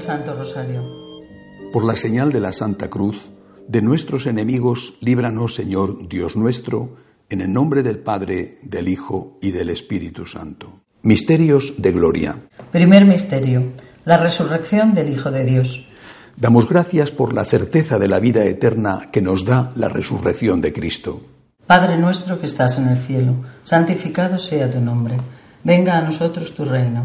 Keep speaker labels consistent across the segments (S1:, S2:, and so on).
S1: Santo Rosario.
S2: Por la señal de la Santa Cruz, de nuestros enemigos, líbranos, Señor, Dios nuestro, en el nombre del Padre, del Hijo y del Espíritu Santo. Misterios de Gloria.
S1: Primer misterio, la resurrección del Hijo de Dios.
S2: Damos gracias por la certeza de la vida eterna que nos da la resurrección de Cristo.
S1: Padre nuestro que estás en el cielo, santificado sea tu nombre. Venga a nosotros tu reino.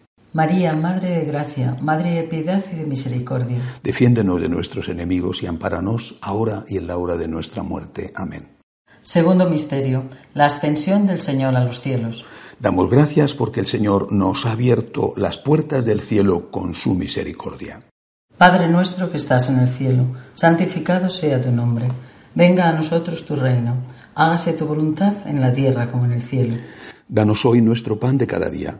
S1: María, Madre de Gracia, Madre de Piedad y de Misericordia.
S2: Defiéndenos de nuestros enemigos y ampáranos ahora y en la hora de nuestra muerte. Amén.
S1: Segundo misterio, la ascensión del Señor a los cielos.
S2: Damos gracias porque el Señor nos ha abierto las puertas del cielo con su misericordia.
S1: Padre nuestro que estás en el cielo, santificado sea tu nombre. Venga a nosotros tu reino, hágase tu voluntad en la tierra como en el cielo.
S2: Danos hoy nuestro pan de cada día.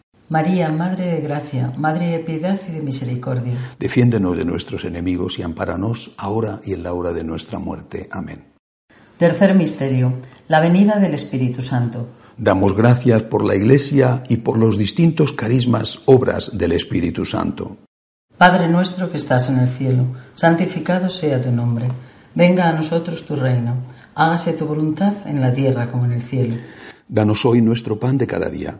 S1: María, Madre de Gracia, Madre de Piedad y de Misericordia.
S2: Defiéndenos de nuestros enemigos y ampáranos ahora y en la hora de nuestra muerte. Amén.
S1: Tercer misterio, la venida del Espíritu Santo.
S2: Damos gracias por la Iglesia y por los distintos carismas, obras del Espíritu Santo.
S1: Padre nuestro que estás en el cielo, santificado sea tu nombre. Venga a nosotros tu reino. Hágase tu voluntad en la tierra como en el cielo.
S2: Danos hoy nuestro pan de cada día.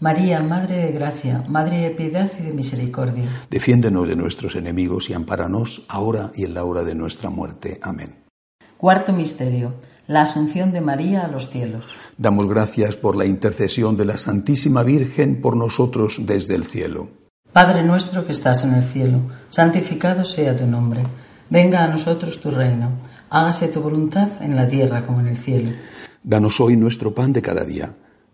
S1: María, Madre de Gracia, Madre de Piedad y de Misericordia.
S2: Defiéndenos de nuestros enemigos y ampáranos ahora y en la hora de nuestra muerte. Amén.
S1: Cuarto misterio, La asunción de María a los cielos.
S2: Damos gracias por la intercesión de la Santísima Virgen por nosotros desde el cielo.
S1: Padre nuestro que estás en el cielo, santificado sea tu nombre. Venga a nosotros tu reino. Hágase tu voluntad en la tierra como en el cielo.
S2: Danos hoy nuestro pan de cada día.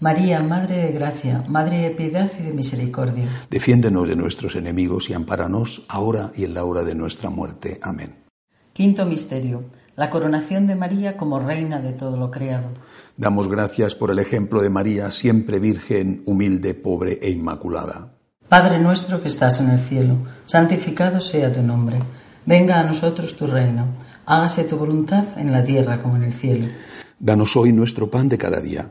S1: María, Madre de Gracia, Madre de Piedad y de Misericordia.
S2: Defiéndenos de nuestros enemigos y ampáranos ahora y en la hora de nuestra muerte. Amén.
S1: Quinto Misterio. La coronación de María como Reina de todo lo creado.
S2: Damos gracias por el ejemplo de María, siempre virgen, humilde, pobre e inmaculada.
S1: Padre nuestro que estás en el cielo, santificado sea tu nombre. Venga a nosotros tu reino. Hágase tu voluntad en la tierra como en el cielo.
S2: Danos hoy nuestro pan de cada día.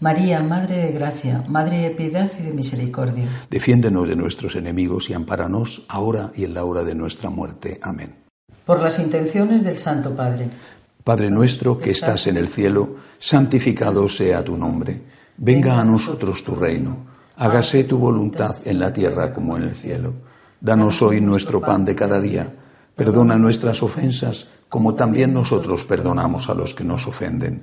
S1: María, Madre de Gracia, Madre de Piedad y de Misericordia.
S2: Defiéndenos de nuestros enemigos y ampáranos ahora y en la hora de nuestra muerte. Amén.
S1: Por las intenciones del Santo Padre.
S2: Padre nuestro que estás en el cielo, santificado sea tu nombre. Venga a nosotros tu reino. Hágase tu voluntad en la tierra como en el cielo. Danos hoy nuestro pan de cada día. Perdona nuestras ofensas como también nosotros perdonamos a los que nos ofenden.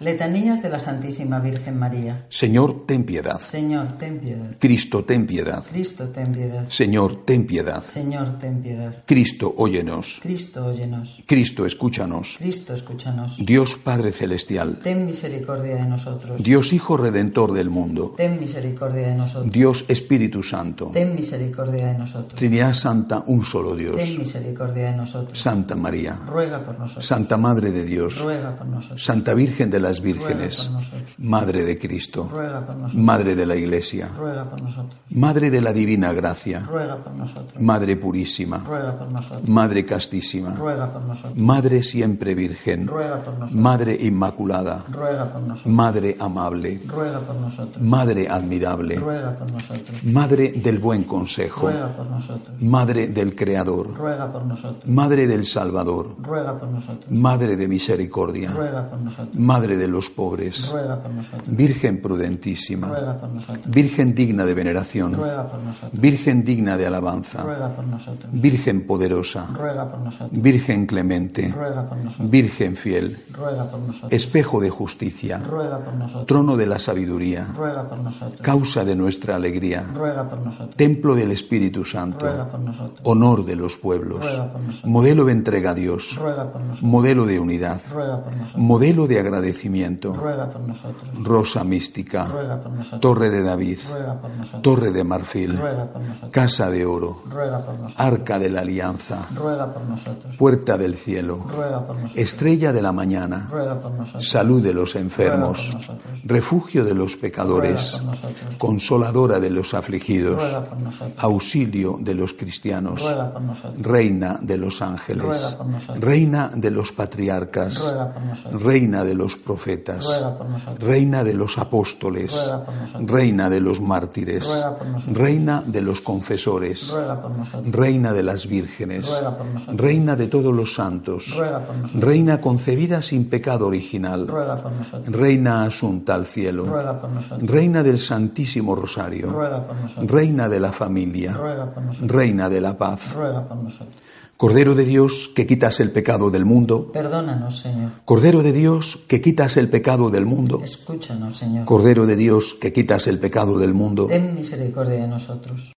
S1: Letanías de la Santísima Virgen María.
S2: Señor, ten piedad.
S1: Señor, ten piedad.
S2: Cristo, ten piedad.
S1: Cristo, ten piedad.
S2: Señor, ten piedad.
S1: Señor, ten piedad.
S2: Cristo, óyenos.
S1: Cristo, óyenos.
S2: Cristo, escúchanos.
S1: Cristo, escúchanos.
S2: Dios Padre Celestial.
S1: Ten misericordia de nosotros.
S2: Dios Hijo Redentor del mundo.
S1: Ten misericordia de nosotros.
S2: Dios Espíritu Santo.
S1: Ten misericordia de nosotros.
S2: Trinidad Santa, un solo
S1: Ten
S2: Dios.
S1: misericordia de nosotros.
S2: Santa María.
S1: Ruega por nosotros.
S2: Santa Madre de Dios.
S1: Ruega por nosotros.
S2: Santa Virgen de
S1: Ruega
S2: las
S1: por
S2: Vírgenes.
S1: nosotros.
S2: Madre de Cristo.
S1: Ruega por nosotros.
S2: Madre de la Iglesia.
S1: Ruega por nosotros.
S2: Madre de la Divina Gracia.
S1: Ruega por nosotros.
S2: Madre purísima.
S1: Ruega por nosotros.
S2: Madre castísima.
S1: Ruega por nosotros.
S2: Madre siempre virgen.
S1: Ruega por nosotros.
S2: Madre inmaculada.
S1: Ruega por nosotros.
S2: Madre amable.
S1: Ruega por nosotros.
S2: Madre admirable.
S1: Ruega por nosotros.
S2: Madre del buen consejo.
S1: Ruega por nosotros.
S2: Madre del Creador.
S1: Ruega por nosotros.
S2: Madre del Salvador.
S1: Ruega por nosotros.
S2: Madre de misericordia.
S1: Ruega por nosotros.
S2: Madre de los pobres.
S1: Ruega por nosotros.
S2: Virgen prudentísima.
S1: Ruega por nosotros.
S2: Virgen digna de veneración.
S1: Ruega por nosotros.
S2: Virgen digna de alabanza.
S1: Ruega por nosotros.
S2: Virgen poderosa.
S1: Ruega por nosotros.
S2: Virgen clemente.
S1: Ruega por nosotros.
S2: Virgen fiel.
S1: Ruega por nosotros.
S2: Espejo de justicia.
S1: Ruega por nosotros.
S2: Trono de la sabiduría.
S1: Ruega por nosotros.
S2: Causa de nuestra alegría.
S1: Ruega por nosotros.
S2: Templo del Espíritu Santo.
S1: Ruega por nosotros.
S2: honor de los pueblos,
S1: Ruega por nosotros.
S2: modelo de entrega a Dios,
S1: Ruega por nosotros.
S2: modelo de unidad,
S1: Ruega por nosotros.
S2: modelo de agradecimiento,
S1: Ruega por nosotros.
S2: rosa mística,
S1: Ruega por nosotros.
S2: torre de David,
S1: Ruega por nosotros.
S2: torre de marfil,
S1: Ruega por nosotros.
S2: casa de oro,
S1: Ruega por nosotros.
S2: arca de la alianza,
S1: Ruega por nosotros.
S2: puerta del cielo,
S1: Ruega por nosotros.
S2: estrella de la mañana,
S1: Ruega por nosotros.
S2: salud de los
S1: Ruega por
S2: enfermos,
S1: nosotros.
S2: refugio de los
S1: Ruega
S2: pecadores,
S1: por nosotros.
S2: consoladora de los afligidos,
S1: Ruega por nosotros.
S2: auxilio de los cristianos,
S1: Ruega por nosotros.
S2: reina de los ángeles,
S1: Ruega por nosotros.
S2: reina de los patriarcas,
S1: Ruega por nosotros.
S2: reina de los profetas,
S1: Ruega por nosotros.
S2: reina de los apóstoles,
S1: Ruega por nosotros.
S2: reina de los mártires,
S1: Ruega por nosotros.
S2: reina de los confesores,
S1: Ruega por nosotros.
S2: reina de las vírgenes,
S1: Ruega por nosotros.
S2: reina de todos los santos,
S1: Ruega por nosotros.
S2: reina concebida sin pecado original,
S1: Ruega por nosotros.
S2: reina asunta al cielo,
S1: Ruega por nosotros.
S2: reina del Santísimo Rosario,
S1: Ruega por nosotros.
S2: reina de la familia,
S1: Ruega por nosotros.
S2: reina de la paz.
S1: Ruega por nosotros.
S2: Cordero de Dios, que quitas el pecado del mundo.
S1: Perdónanos, Señor.
S2: Cordero de Dios, que quitas el pecado del mundo.
S1: Escúchanos, Señor.
S2: Cordero de Dios, que quitas el pecado del mundo.
S1: Ten misericordia de nosotros,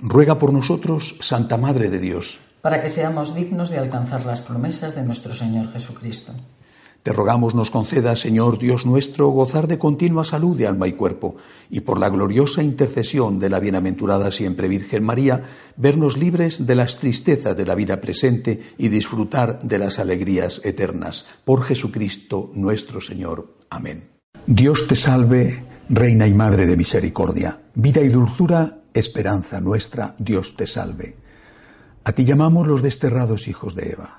S2: Ruega por nosotros, Santa Madre de Dios.
S1: para que seamos dignos de alcanzar las promesas de nuestro Señor Jesucristo.
S2: Te rogamos nos conceda, Señor Dios nuestro, gozar de continua salud de alma y cuerpo, y por la gloriosa intercesión de la bienaventurada siempre Virgen María, vernos libres de las tristezas de la vida presente y disfrutar de las alegrías eternas. Por Jesucristo nuestro Señor. Amén. Dios te salve, Reina y Madre de Misericordia, vida y dulzura, esperanza nuestra, Dios te salve. A ti llamamos los desterrados hijos de Eva.